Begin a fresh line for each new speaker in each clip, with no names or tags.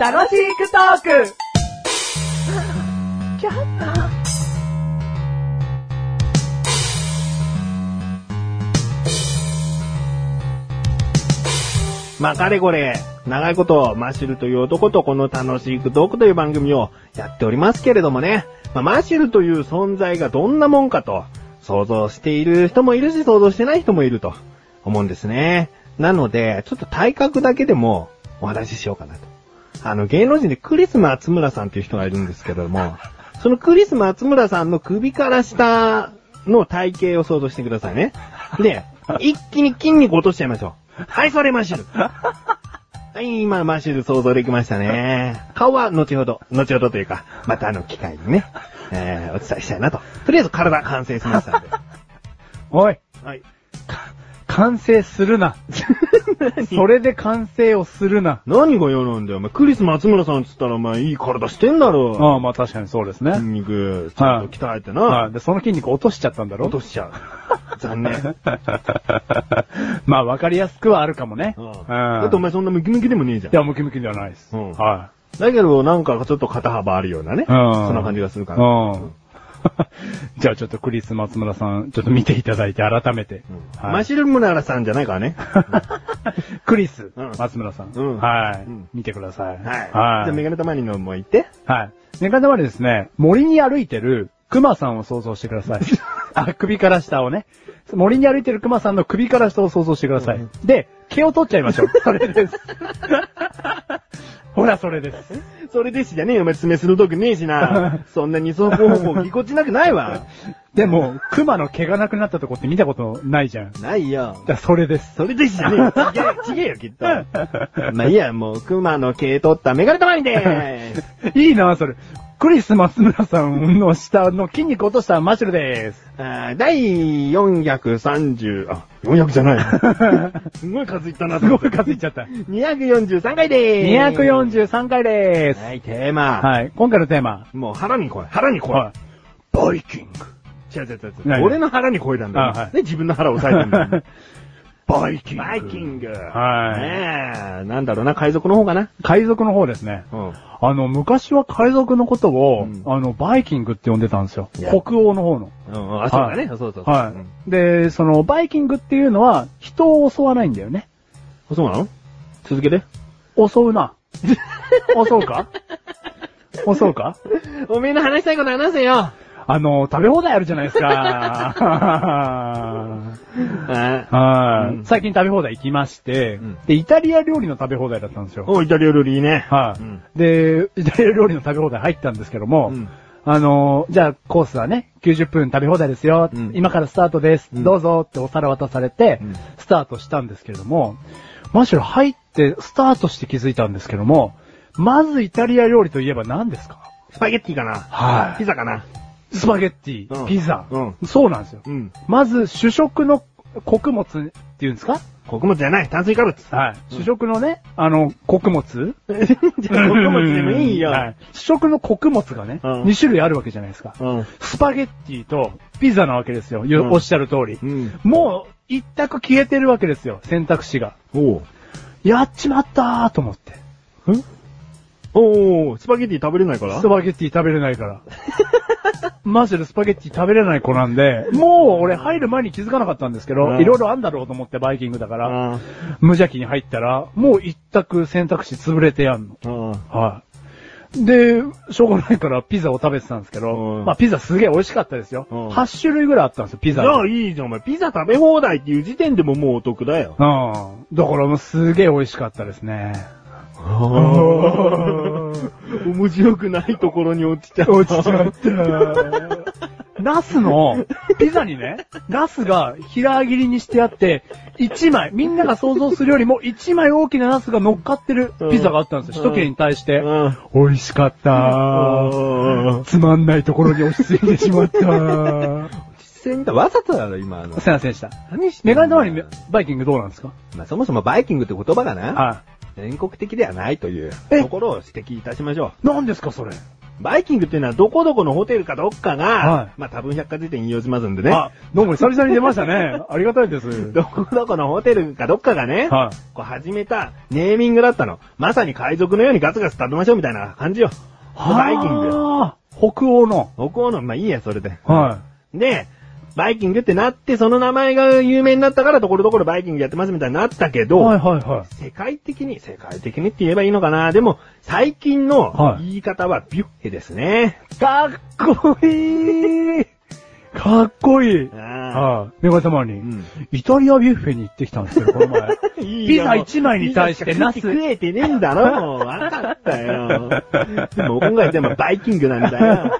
楽しくトーク
まあ、かれこれ、長いこと、マッシュルという男とこの楽しいクトークという番組をやっておりますけれどもね、まあ、マッシュルという存在がどんなもんかと、想像している人もいるし、想像してない人もいると、思うんですね。なので、ちょっと体格だけでもお話ししようかなと。あの、芸能人でクリスマ松村さんという人がいるんですけど も、そのクリス松村さんの首から下の体型を想像してくださいね。で、一気に筋肉落としちゃいましょう。はい、それマッシュル。はい、今、マッシュル想像できましたね。顔は後ほど、後ほどというか、またあの機会にね、えー、お伝えしたいなと。とりあえず体完成しましたんで。
おい、
はい。
完成す るな。それで完成をするな。
何が嫌なんだよ。お前、クリス松村さんっつったら、お前、いい体してんだろ。
ああ、まあ確かにそうです
筋
ね。
肉、ちゃんと鍛えてな。
はいで、その筋肉落としちゃったんだろ
落としちゃ う。残念。
まあわかりやすくはあるかもね。
うんだ
あ
ってお前そんなムキムキでもねえじゃん
い。や、ムキムキではないです。
うん
は
だけど、なんかちょっと肩幅あるようなね。
い。うん。
そんな感じがするから。
うん。 じゃあちょっとクリス・松村さん、ちょっと見ていただいて改めて。
うん
は
マ
い、
シルムナラさんじゃないから ね。
クリス
うん・
松村さん。
うん
はい、
うん
見てくださ
は
い。
い。じゃ
は
あ、メ
い。
ガネたまにのも行って。
はい。ネタまでですね、森に歩いてる熊さんを想像してください。あ、首から下をね。森に歩いてる熊さんの首から下を想像してください。
うん
で、毛を取っちゃいましょう。それです。ほら、それです。
それですじゃねえよ、お前爪鋭くねえし な。そんな二層方法ぎこちなくないわ。
でも、熊の毛がなくなったとこって見たこと ないじゃん。だか
ないよ。
らそれです。
それですじゃねえ よ。ちげえ、ちげえよ、きっと。まあいいや、もう、熊の毛取ったメガネたまにでー す。
いいな、それ。クリス・松村さんの下の筋肉落としたマシュル です。
あー第430、あ、400じゃ ない。すごい数いったな、
すごい数いっちゃった。
243回でーす。
243回です。
はい、テーマ。
はい。今回のテーマ。
もう腹に来い、腹に来い。
はい
バイキング。違う違う違う違う。
何
俺の腹に来いなんだよ。
あはい
で、自分の腹を押さえてんだよ。
バイキング。
バイキング。
はい
ねえ、なんだろうな、海賊の方かな。
海賊の方ですね。
うん。
あの、昔は海賊のこと
う
を、
ん
あの、バイキングって呼んでたんですよ
いや。
北欧の方の。
うん、あ、そうだね。
は
そう
い
そうそう。
は
うん
い。で、その、バイキングっていうのは、人を襲わないんだよね。
あそうなの続けて。
襲うな。 襲うか襲うか
おめえの話したいこと話せよ。
あの、食べ放題あるじゃないです
あ
か。は
うん
い。最近食べ放題行きまして
うん、
で、イタリア料理の食べ放題だったんですよ。
お、イタリア料理いいね。
は
うん
い。で、イタリア料理の食べ放題入ったんですけども
うん、
あのー、じゃあコースはね、90分食べ放題ですよ
うん。
今からスタートです。
うん
どうぞってお皿渡されて
うん、
スタートしたんですけれども、むしろ入ってスタートして気づいたんですけども、まずイタリア料理といえば何ですか
スパゲッティかな。
は
ピザかな。
い。スパゲッティ、
うん
ピザ、
うん
そうなんですよ。
うん。
まず主食の穀物っていうんですか
穀物じゃない、炭水化物。
はい。主食のね、あの、穀物
じゃあ穀物でもいいよ。
は主食の穀物がね、
うん
2種類あるわけじゃないですか。
うん。
スパゲッティとピザなわけですよ。よ
うん
おっしゃる通り。
うん
もう、一択消えてるわけですよ、選択肢が。
おう。
やっちまったーと思って。
おー、スパゲッティ食べれないから
スパゲッティ食べれないから。 マジでスパゲッティ食べれない子なんで、もう俺入る前に気づかなかったんですけ
う
ど、
ん
いろいろあんだろうと思ってバイキングだから、
あ
無邪気に入ったら、もう一択選択肢潰れてやんの。
ーあー。
はい。で、しょうがないからピザを食べてたんですけど、
うん
まあピザすげえ美味しかったですよ。
うん
8種類ぐらいあったんですよ、ピ
じ
ザ
ゃ
が。
あいいじゃん、お前。ピザ食べ放題っていう時点でももうお得だよ。
うん。だからもうすげえ美味しかったですね。
面白くないところに落ちちゃった。
落ち ちゃった。ナスの、ピザにね、ナスが平切りにしてあって、1枚、みんなが想像するよりも1枚大きなナスが乗っかってるピザがあったんですよ。
うん
一切れに対して。
うん
美味しかった。
あ
つまんないところに落ち着いてしまった。
だ、わざとだろ、今あの
すいませんでした。
何して
メガネ玉に
に
めバイキングどうなんですか
まあ、そもそもバイキングって言葉がな、
は
全国的ではないという
え
ところを指摘いたしましょ
い。何ですかそれ。
う。バイキングっていうのはどこどこのホテルかどっかが、
はい
まあ多分百貨店に引用しますんでね。
あ、どうも久々に出ました ね。ありがたいです。はい。
どこどこのホテルかどっかがね、
はい
こう始めたネーミングだったの。まさに海賊のようにガツガツ食べましょうみたいな感じよ。バイキング。
北欧の。
北欧の、まあいいや、それで。
は
で、バイキングってなって、その名前が有名になったから、ところどころバイキングやってますみたいになったけ
い。
ど、
はいはいは
世界的に、世界的にって言えばいいのかな。でも、最近の
はい
言い方はビュッヘですね。
い。かっこいい。かっこいい。
あ
はい。メガネ様に、
ん
イタリアビュッフェに行ってきたんですよ、この 前。
あいいよ
ピザ一枚に対してナス
ピザしか食えてねえんだろ、もう。わかったよ。でも今回でもバイキングなんだよ。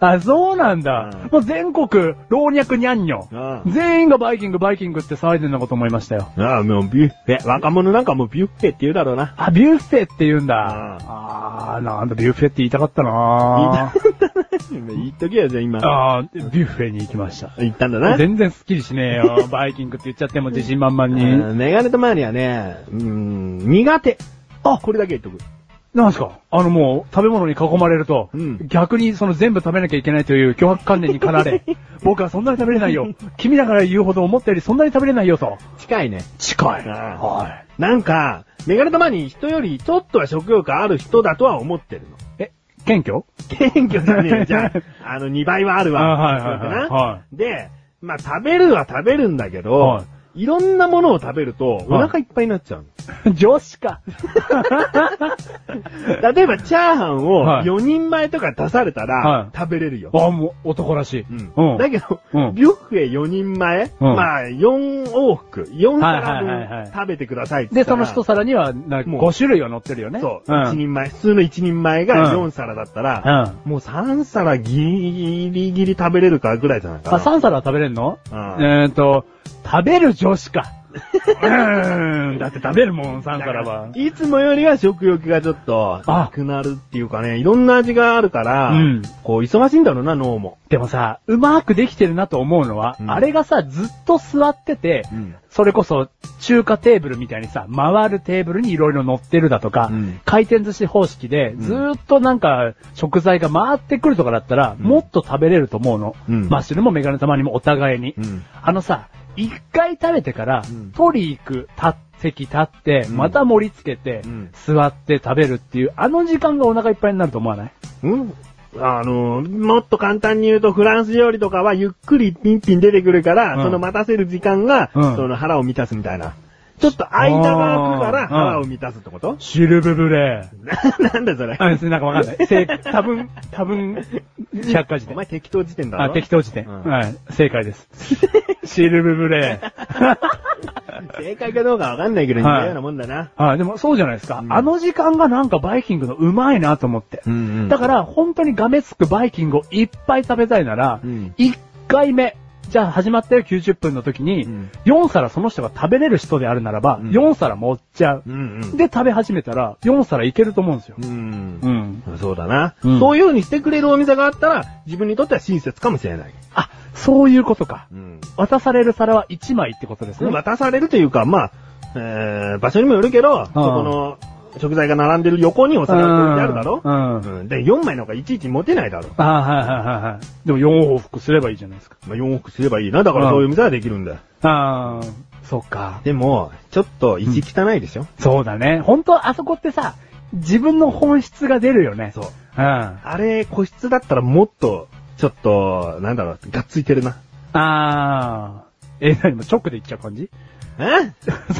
あ、そうなんだ。
うん
もう全国、老若にゃんにょ。
あ
全員がバイキング、バイキングって騒いでんのかと思いましたよ。
あ、もうビュッフェ。若者なんかもうビュッフェって言うだろうな。
あ、ビュッフェって言うんだ。
うん
あー、なんだ、ビュッフェって言いたかったなー
言っとけよ、じゃあ今。
あー、ビュッフェに行きました。
言ったんだな。
全然スッキリしねえ よ。バイキングって言っちゃっても自信満々
う
に。
んメガネと周りはね、うん、苦手。あ、これだけ言っとく。
なんすかあのもう、食べ物に囲まれると、
うん
逆にその全部食べなきゃいけないという脅迫観念に駆られ、 僕はそんなに食べれないよ。君だから言うほど思ったよりそんなに食べれないよと。
近いね。
近
い
はい。
なんか、メガネ玉に人よりちょっとは食欲ある人だとは思ってるの。
え、謙虚
謙虚じゃねえじゃん。あの、2倍はあるわ。
あはいはいはい
そうだな
は
で、まあ、食べるは食べるんだけど、、
はい
ろんなものを食べると、お
はい
腹いっぱいになっちゃうの。
女子か。
例えば、チャーハンを
はい
4人前とか出されたら、
はい
食べれるよ。
あ、もう男らしい。
うん
うん。
だけど、
うん
ビュッフェ4人前、
うん
まあ、4往復、4
はいはいはい
皿
は
分
い
食べてくださいって言
で、
ったら
その一皿には、な
もう
5種類は乗ってるよね。
そう、
ん。
一人前、普通の一人前が
うん
4皿だったら、
うん
もう3皿ギリギリ食べれるかぐらいじゃないかな。
あ、3皿食べれんの
うん
えーと、食べる女子 か。うーん、だって食べるもん、3皿は。
いつもよりは食欲がちょっと、な
あ
くなるっていうかね、いろんな味があるから、
うん
こう、忙しいんだろうな、脳も。
でもさ、うまくできてるなと思うのは、
うん
あれがさ、ずっと座ってて、
うん
それこそ、中華テーブルみたいにさ、回るテーブルにいろいろ乗ってるだとか、
うん
回転寿司方式で、ずーっとなんか、食材が回ってくるとかだったら、
うん
もっと食べれると思うの。
うん
マッシュルもメガネ玉にもお互いに。
うん
あのさ、一回食べてから、
うん
取り行く、た、席立って、
うん
また盛り付けて、
うん
座って食べるっていう、あの時間がお腹いっぱいになると思わない
うんあの、もっと簡単に言うと、フランス料理とかはゆっくりピンピン出てくるから、
うん
その待たせる時間が、
うん
その腹を満たすみたいな。ちょっと間が空くから
あー
腹を満たすってこと、
シルブブレー。
ななんだそれ。
あ、別になんかわか んない。正解、多分、多分、百科事
お
典。
前適当時点だろ
あ、適当辞典。
うん
はい、正 解です。シルブブレー。
正解かどうかわかんないけど、似
はい
たようなもんだな。
はい、でもそうじゃないですか。
うん
あの時間がなんかバイキングのうまいなと思って。
ん
だから、本当にがめつくバイキングをいっぱい食べたいなら、
うん
1回目、じゃあ始まったよ90分の時に、
うん
4皿その人が食べれる人であるならば、
うん
4皿持っちゃう。
うんうん。
で、食べ始めたら、4皿いけると思うんですよ。
うん
う。ん。
そうだな、
うん
そういう風にしてくれるお店があったら、自分にとっては親切かもしれない。
あ、そういうことか。
うん。
渡される皿は1枚ってことですね。
渡されるというか、まあ、えー、場所にもよるけど、そこの食材が並んでる横にお皿が置いてあるだろ
う、ん。うん
うん、で、4枚なんかいちいち持てないだろ。
あーはいはいはいはい。でも4往復すればいいじゃないですか。
まあ、4往復すればいいな。だからそういう店はできるんだよ。
ああ、そっか。
でも、ちょっと意地汚いでしょ、
そうだね。本当あそこってさ、自分の本質が出るよね。。
そうう。
うん。あ
あれ、個室だったらもっと、ちょっと、なんだろう、がっついてるな。
あー。え、何もう直で行っちゃう感じ
え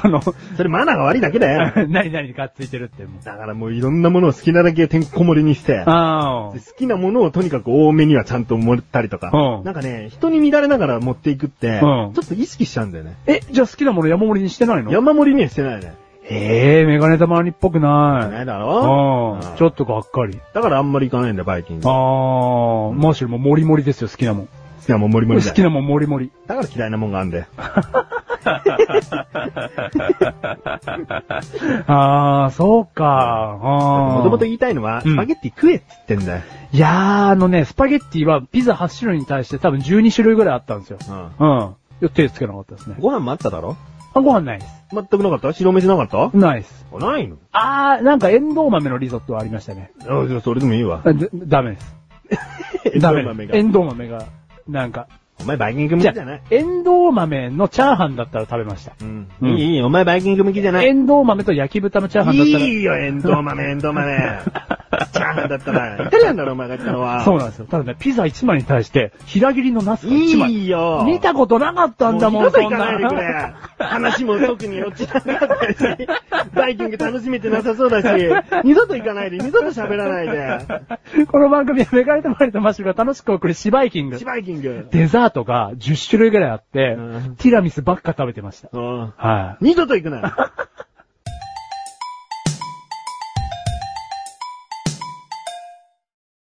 その、
それマナーが悪いだけだ よ。
何々がっついてるってもう。
だからもういろんなものを好きなだけてんこ盛りにして、
あ
好きなものをとにかく多めにはちゃんと盛ったりとか、
うん
なんかね、人に乱れながら持っていくって、
うん
ちょっと意識しちゃうんだよね。
え、じゃあ好きなもの山盛りにしてないの
山盛りにはしてないね。
ええメガネ玉にっぽく
して
な。
ないいだ
うん
ろうん。
ちょっとがっかり。
だからあんまり行かないんだよ、バイキング。
あ
好
ー、マッシュルも盛り盛りですよ、好きなもん。
きなもん盛り盛り
好
だよ
きなもん盛り盛り。
だから嫌いなもんがあんだよ。
あー、そうか。
も
も
ともと言いたいのは、
うん
スパゲッティ食えって言ってんだよ。
いやー、あのね、スパゲッティはピザ8種類に対して多分12種類ぐらいあったんですよ。
うん
うん。いや手つけなかったですね。
ご飯もあっただろ
あ、ご飯ないです。
全くなかった白飯なかった、
ないです。
あないの
あー、なんかエンドウ豆のリゾットはありましたね。
あじゃあそれでもいいわ。
あずダメです。ダメ
豆
です。エンドウ豆が、なんか。
お前バイキング向
じ
き
ゃ
じゃない
あ。、エンドウ豆のチャーハンだったら食べました。
うん。
うん
いい、いい、お前バイキング向きじゃない。
エンドウ豆と焼き豚のチャーハンだったら。
いいよ、エンドウ 豆、エンドウ豆。チャーハンだったら。イタリアンだろ、お前が言ったのは。
そうなんですよ。ただね、ピザ1枚に対して、平切りのナス
い
1枚。
いよ。
見たことなかったんだも、
もうん二度と
そん
行かないでく
な。
れ。話も特に落ちなかったし、バイキング楽しめてなさそうだし、二度と行かないで、二度と喋らない
この番組はメガネとマリとマッシュルが楽しく送るシバイキン
で。
グ
チ。バイキング。
デザートが10種類ぐらいあって
うん、
ティラミスばっか食べてました。
うん
は
二度と行くな。